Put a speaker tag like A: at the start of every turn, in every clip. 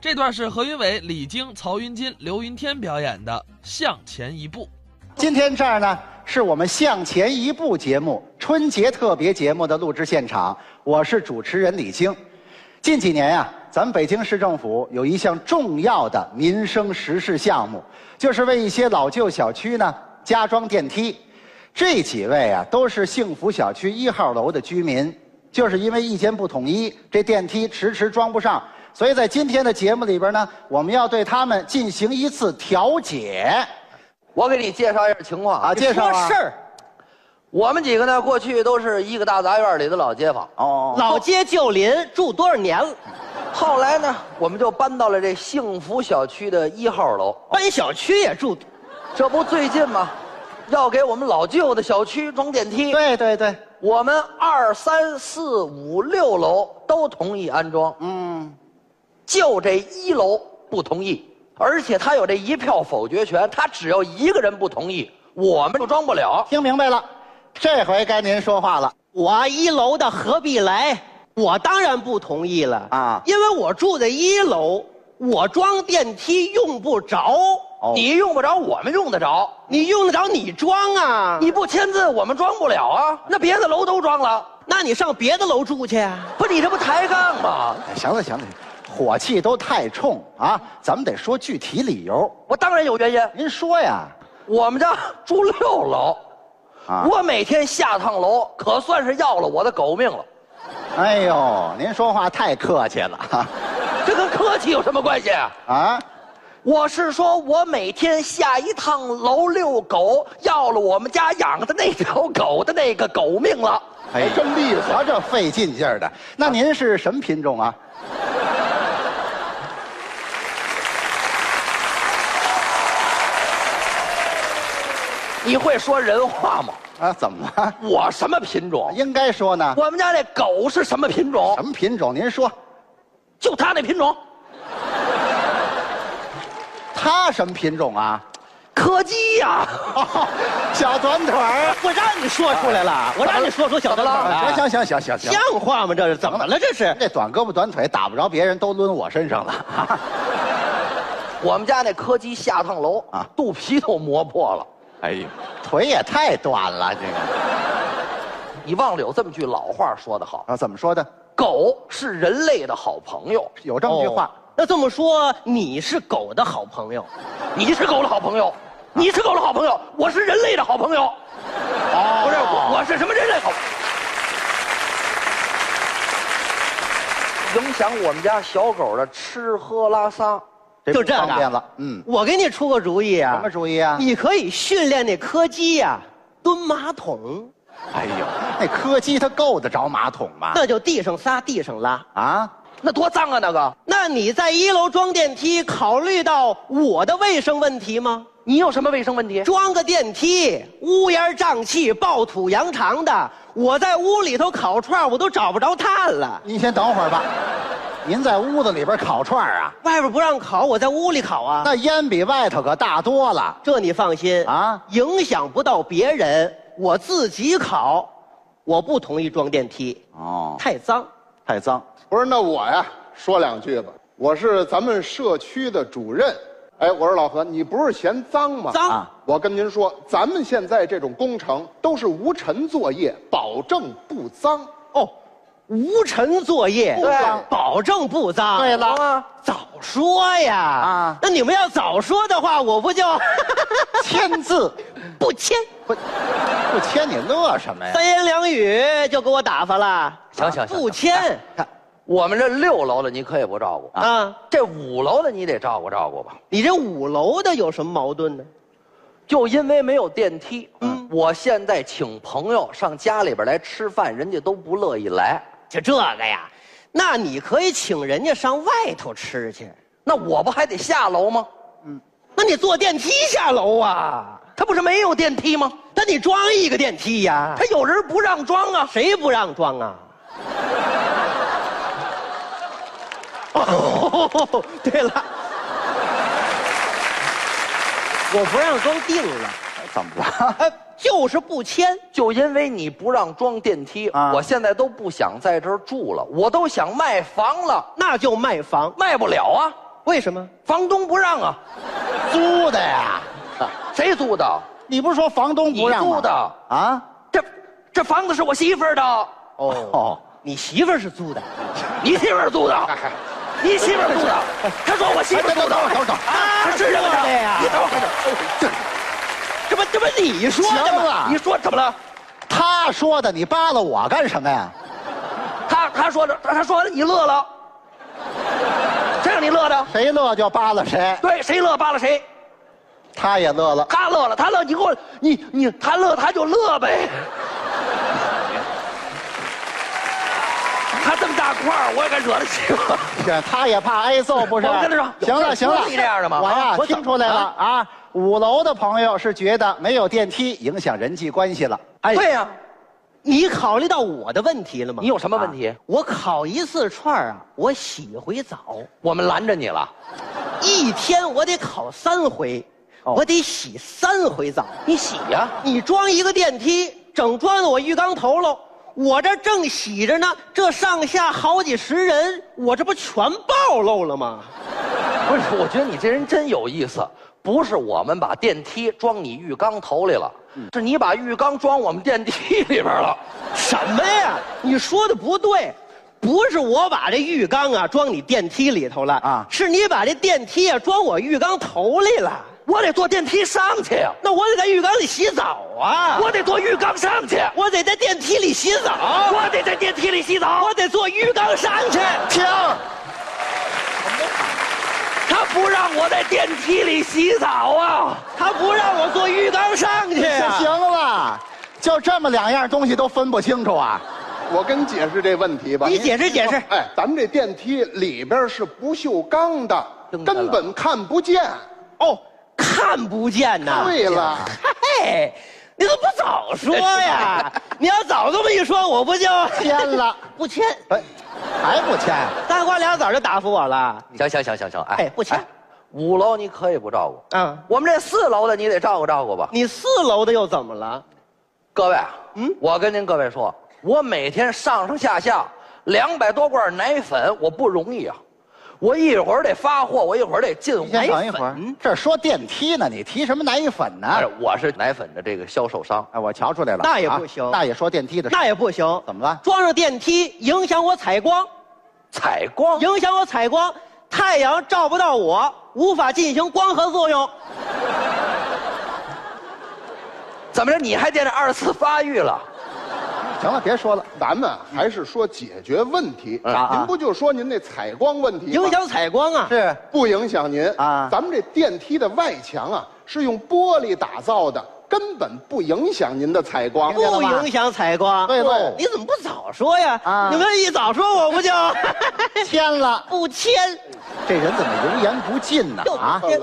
A: 这段是何云伟、李菁、曹云金、刘云天表演的《向前一步》。
B: 今天这儿呢，是我们《向前一步》节目春节特别节目的录制现场，我是主持人李菁。近几年啊，咱们北京市政府有一项重要的民生实事项目，就是为一些老旧小区呢加装电梯。这几位啊，都是幸福小区一号楼的居民，就是因为意见不统一，这电梯迟迟装不上，所以在今天的节目里边呢，我们要对他们进行一次调解。
C: 我给你介绍一下情况
B: 啊介绍啊
C: 说事儿，我们几个呢，过去都是一个大杂院里的老街坊，
B: 哦
D: 老街旧邻住多少年了？
C: 后来呢，我们就搬到了这幸福小区的一号楼。
D: 搬小区也住，
C: 这不最近吗？要给我们老旧的小区装电梯，
B: 对对对，
C: 我们二三四五六楼都同意安装，
B: 嗯，
C: 就这一楼不同意，而且他有这一票否决权，他只要一个人不同意，我们就装不了。
B: 听明白了，这回该您说话了。
D: 我一楼的何必来？我当然不同意了
B: 啊
D: 因为我住在一楼，我装电梯用不着，
B: 哦
C: 你用不着，我们用得着。
D: 你用得着你装啊？
C: 你不签字，我们装不了啊。那别的楼都装了，
D: 那你上别的楼住去啊？
C: 不，你这不抬杠吗？
B: 哎行了行了，火气都太冲啊，咱们得说具体理由。
C: 我当然有原因。
B: 您说呀，
C: 我们家住六楼，
B: 啊
C: 我每天下趟楼，可算是要了我的狗命了。
B: 哎呦，您说话太客气 了哈
C: 这跟客气有什么关系？
B: 啊！
C: 我是说，我每天下一趟楼遛狗，要了我们家养的那条狗的那个狗命了。
B: 哎，真啊利索，这费劲劲儿的。那您是什么品种啊？
C: 你会说人话吗？
B: 啊，怎么了？
C: 我什么品种？
B: 应该说呢，
C: 我们家那狗是什么品种
B: 什？么品种？您说
C: 就它那品种，
B: 它什么品种啊？
C: 柯基呀、
B: 哦， 小短腿儿。
D: 我让你说
B: 哎
D: 出来了，我让你说出小短腿来
B: 行行行行行行，
D: 像话吗？这是怎么了？这是
B: 这短胳膊短腿打不着别人，都抡我身上了。 啊
C: 我们家那柯基下趟楼
B: 啊
C: 啊，肚皮都磨破了。
B: 哎呦，腿也太短了，这个
C: 你忘了有这么句老话说得好，
B: 啊，怎么说的？
C: 狗是人类的好朋友，
B: 有这么句话，
D: 哦那这么说，你是狗的好朋友，
C: 你是狗的好朋友，你是狗的好朋友，我是人类的好朋友，
B: 哦
C: 不是我，我是什么人类好？影响我们家小狗的吃喝拉撒，
B: 这
D: 就这
B: 不
D: 个
B: 方便了。嗯，
D: 我给你出个主意啊。
B: 什么主意啊？
D: 你可以训练那柯基呀、蹲马桶，
B: 哎呦，那柯基它够得着马桶吗？
D: 那就地上撒，地上拉。
B: 啊，
C: 那多脏啊！那个，
D: 那你在一楼装电梯，考虑到我的卫生问题吗？
C: 你有什么卫生问题？
D: 装个电梯，乌烟瘴气、暴土扬肠的，我在屋里头烤串，我都找不着炭了。
B: 您先等会儿吧。您在屋子里边烤串儿啊？
D: 外边不让烤，我在屋里烤啊。
B: 那烟比外头可大多了。
D: 这你放心
B: 啊
D: 啊，影响不到别人，我自己烤。我不同意装电梯，
B: 哦，
D: 太脏。
B: 太脏。
E: 不是，那我呀说两句吧。我是咱们社区的主任。哎，我说老何，你不是嫌脏吗？
D: 脏
B: 啊
E: 我跟您说，咱们现在这种工程都是无尘作业，保证不脏。
D: 哦，无尘作业，
B: 不脏
D: 保证不脏。
B: 对了
D: 啊，早说呀！
B: 啊
D: 啊，那你们要早说的话，我不就
B: 签字
D: 不签，
B: 不不签你乐什哎么呀？
D: 三言两语就给我打发了。啊
C: 行行行
D: 不签
C: 我们这六楼的你可以不照顾，
D: 啊！
C: 这五楼的你得照顾照顾吧。
D: 你这五楼的有什么矛盾呢？
C: 就因为没有电梯，嗯，我现在请朋友上家里边来吃饭，人家都不乐意来。
D: 就这个呀，那你可以请人家上外头吃去，
C: 那我不还得下楼吗？
D: 那你坐电梯下楼啊？
C: 他不是没有电梯吗？
D: 那你装一个电梯呀？
C: 他有人不让装啊。
D: 谁不让装啊？哦， 对了，我不让装定了，
B: 怎么了？
D: 呃，就是不签。
C: 就因为你不让装电梯，
B: 啊
C: 我现在都不想在这儿住了，我都想卖房了，
D: 那就卖房，
C: 卖不了啊。
D: 为什么？
C: 房东不让啊，
B: 租的呀？
C: 谁租的？
B: 你不是说房东不让吗？
C: 你租的
B: 啊？
C: 这这房子是我媳妇儿的，
B: 哦，
D: 你媳妇儿是租的，
C: 你媳妇儿租的，你媳妇儿租的。他说我媳妇儿租的，
E: 哎等等等等
C: 啊，是这个
D: 说的呀
C: 你等会儿，这不这不你说的
B: 行
C: 吗
D: 啊
B: 了？
C: 你说怎么了？
B: 他说的，你扒拉我干什么呀？
C: 他他说的，他说你乐了，谁让你乐的？
B: 谁乐就扒拉谁，
C: 对，谁乐扒拉谁，
B: 他也乐 了。
C: 他乐了，他乐，你给我，你你他乐他就乐呗。他这么大块儿，我也敢惹得起吗？
B: 天，他也怕挨揍不是？
C: 我跟他说
B: 行了
C: 有
B: 行了，
C: 有你这样的吗
B: 我呀
C: 啊，我
B: 听出来了啊，五楼的朋友是觉得没有电梯影响人际关系了。哎
C: 对呀、
D: 你考虑到我的问题了吗？
C: 你有什么问题
D: 啊我烤一次串儿啊，我洗回澡，
C: 我们拦着你了。
D: 一天我得烤三回，我得洗三回澡。
C: 哦你洗呀、
D: 你装一个电梯，整装到我浴缸头喽。我这正洗着呢，这上下好几十人，我这不全暴露了吗？
C: 不是，我觉得你这人真有意思。不是我们把电梯装你浴缸头里了，
B: 嗯
C: 是你把浴缸装我们电梯里边了。
D: 什么呀？你说的不对，不是我把这浴缸啊装你电梯里头了
B: 啊
D: 啊，是你把这电梯啊装我浴缸头里了。
C: 我得坐电梯上去呀、
D: 那我得在浴缸里洗澡啊，
C: 我得坐浴缸上去，
D: 我得在电梯里洗澡，
C: 我得在电梯里洗澡。
D: 我得坐浴缸上去。
B: 停，
C: 他不让我在电梯里洗澡啊！
D: 他不让我坐浴缸上去、
B: 行
D: 啊，
B: 行了，就这么两样东西都分不清楚啊？
E: 我跟你解释这问题吧。
D: 你解释解释
E: 哎，咱们这电梯里边是不锈钢的
C: 听，见了
E: 根本看不见。
B: 啊
D: 哦，看不见呐。
E: 对了，
D: 嘿，你怎么不早说 呀？你要早这么一说，我不就
B: 签了，
D: 不签？
B: 哎，还不签？
D: 大瓜俩枣就打服我了。
B: 嗯
C: 行行行行行，哎
D: 哎不行
C: 五楼你可以不照顾，
D: 嗯
C: 我们这四楼的你得照顾照顾吧。
D: 你四楼的又怎么了？
C: 各位，嗯
D: 嗯，
C: 我跟您各位说，我每天上上下下两百多罐奶粉，我不容易啊。我一会儿得发货，我一会儿得进
B: 你
C: 货。
B: 先等一会儿，这儿说电梯呢，你提什么奶粉呢？
C: 哎我是奶粉的这个销售商，
B: 哎，我瞧出来了，
D: 那也不行
B: 啊那也说电梯的事，
D: 那也不行。
B: 怎么了
D: 装上电梯影响我采光，
C: 采光。
D: 影响我采光，太阳照不到我，无法进行光合作用。
C: 怎么着？你还惦着二次发育了？
B: 行了，别说了。
E: 咱们啊还是说解决问题。
C: 嗯
B: 啊
E: 您不就说您那采光问题吗
D: 影响采光啊！
B: 是
E: 不影响您
B: 啊
E: 咱们这电梯的外墙啊是用玻璃打造的，根本不影响您的采光。
B: 听见了
D: 不
B: 吗
D: 影响采光。
B: 对喽
D: 你怎么不早说呀？
B: 啊
D: 你们一早说我 不就
B: 签了，
D: 不签？
B: 这人怎么油盐不进呢？
D: 又
B: 啊
D: 不，签，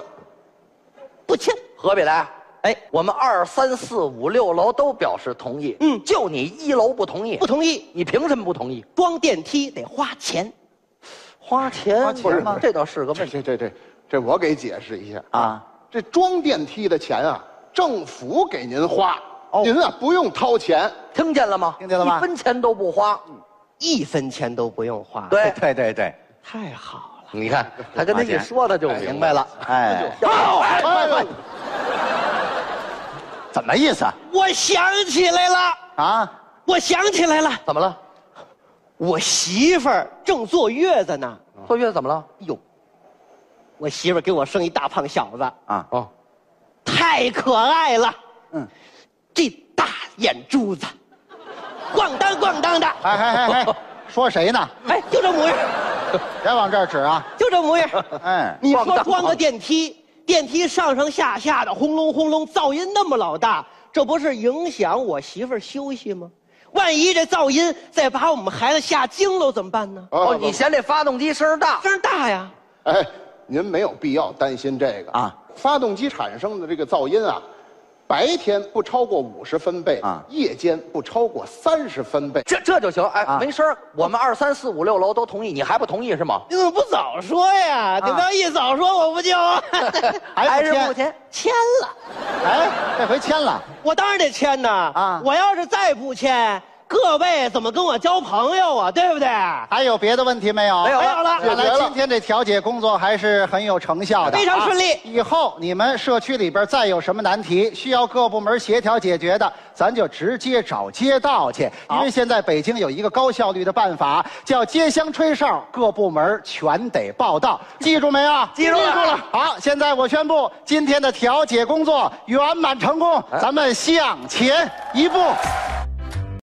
D: 不签。
C: 何必来？啊
D: 哎，
C: 我们二三四五六楼都表示同意，嗯
D: 嗯，
C: 就你一楼不同意，
D: 不同意，
C: 你凭什么不同意？
D: 装电梯得花钱。
C: 花钱，
B: 花钱吗
C: 不是这倒是个
E: 这
C: 问题。
E: 这这这，这我给解释一下
B: 啊
E: 啊，这装电梯的钱啊，政府给您花，
B: 哦
E: 您啊不用掏钱。
C: 听见了吗？
B: 听见了吗嗯
C: 一分钱都不花。
D: 一分钱都不用花，
C: 对，
B: 对对对，
D: 太好了。
C: 你看他跟他一说，他就明
B: 哎明
C: 白
B: 白
C: 了。
B: 了。 哎，
E: 哎呦
B: 怎么意思啊
D: 我想起来了，
B: 啊？
D: 我想起来了，
C: 怎么了？
D: 我媳妇儿正坐月子呢。
B: 嗯
C: 坐月子怎么了？
B: 哎
C: 哦
D: 哟，我媳妇儿给我生一大胖小子，
B: 啊，
C: 哦，
D: 太可爱了。
B: 嗯
D: 嗯，这大眼珠子，咣当咣当的，
B: 哎哎 哎哎，说谁呢？
D: 哎，就这模样，
B: 别往这儿指啊！
D: 就这模样。
B: 哎，
D: 你
C: 咣
D: 说
C: 当
D: 装
C: 咣
D: 个电梯，电梯上上下下的轰隆轰隆，噪音那么老大，这不是影响我媳妇儿休息吗？万一这噪音再把我们孩子吓惊了怎么办呢？
C: 哦，你嫌这发动机声大？
D: 声大呀！
E: 哎，您没有必要担心这个
B: 啊
E: 啊。发动机产生的这个噪音啊，白天不超过五十分贝
B: 啊
E: 夜间不超过三十分贝。
C: 这这就行，哎，
B: 啊
C: 没声儿我们二三四五六楼都同意，你还不同意是吗？
D: 你怎么不早说
B: 啊
D: 呀？你不要一早说，我 不就
B: 还哎不签
C: 签？
D: 签了？
B: 哎，这回签了
D: 我当然得签呐！
B: 啊
D: 我要是再不签，各位怎么跟我交朋友啊？对不对？
B: 还有别的问题没哎有？
C: 没有了
D: 没有了，
E: 解
B: 看
E: 决
B: 来
E: 了
B: 今天这调解工作还是很有成效的，
D: 非常顺利
B: 啊以后你们社区里边再有什么难题需要各部门协调解决的，咱就直接找街道去，因为现在北京有一个高效率的办法，叫街乡吹哨，各部门全得报到，记住没有？
C: 记住了
B: 好，现在我宣布今天的调解工作圆满成功，咱们向前一步。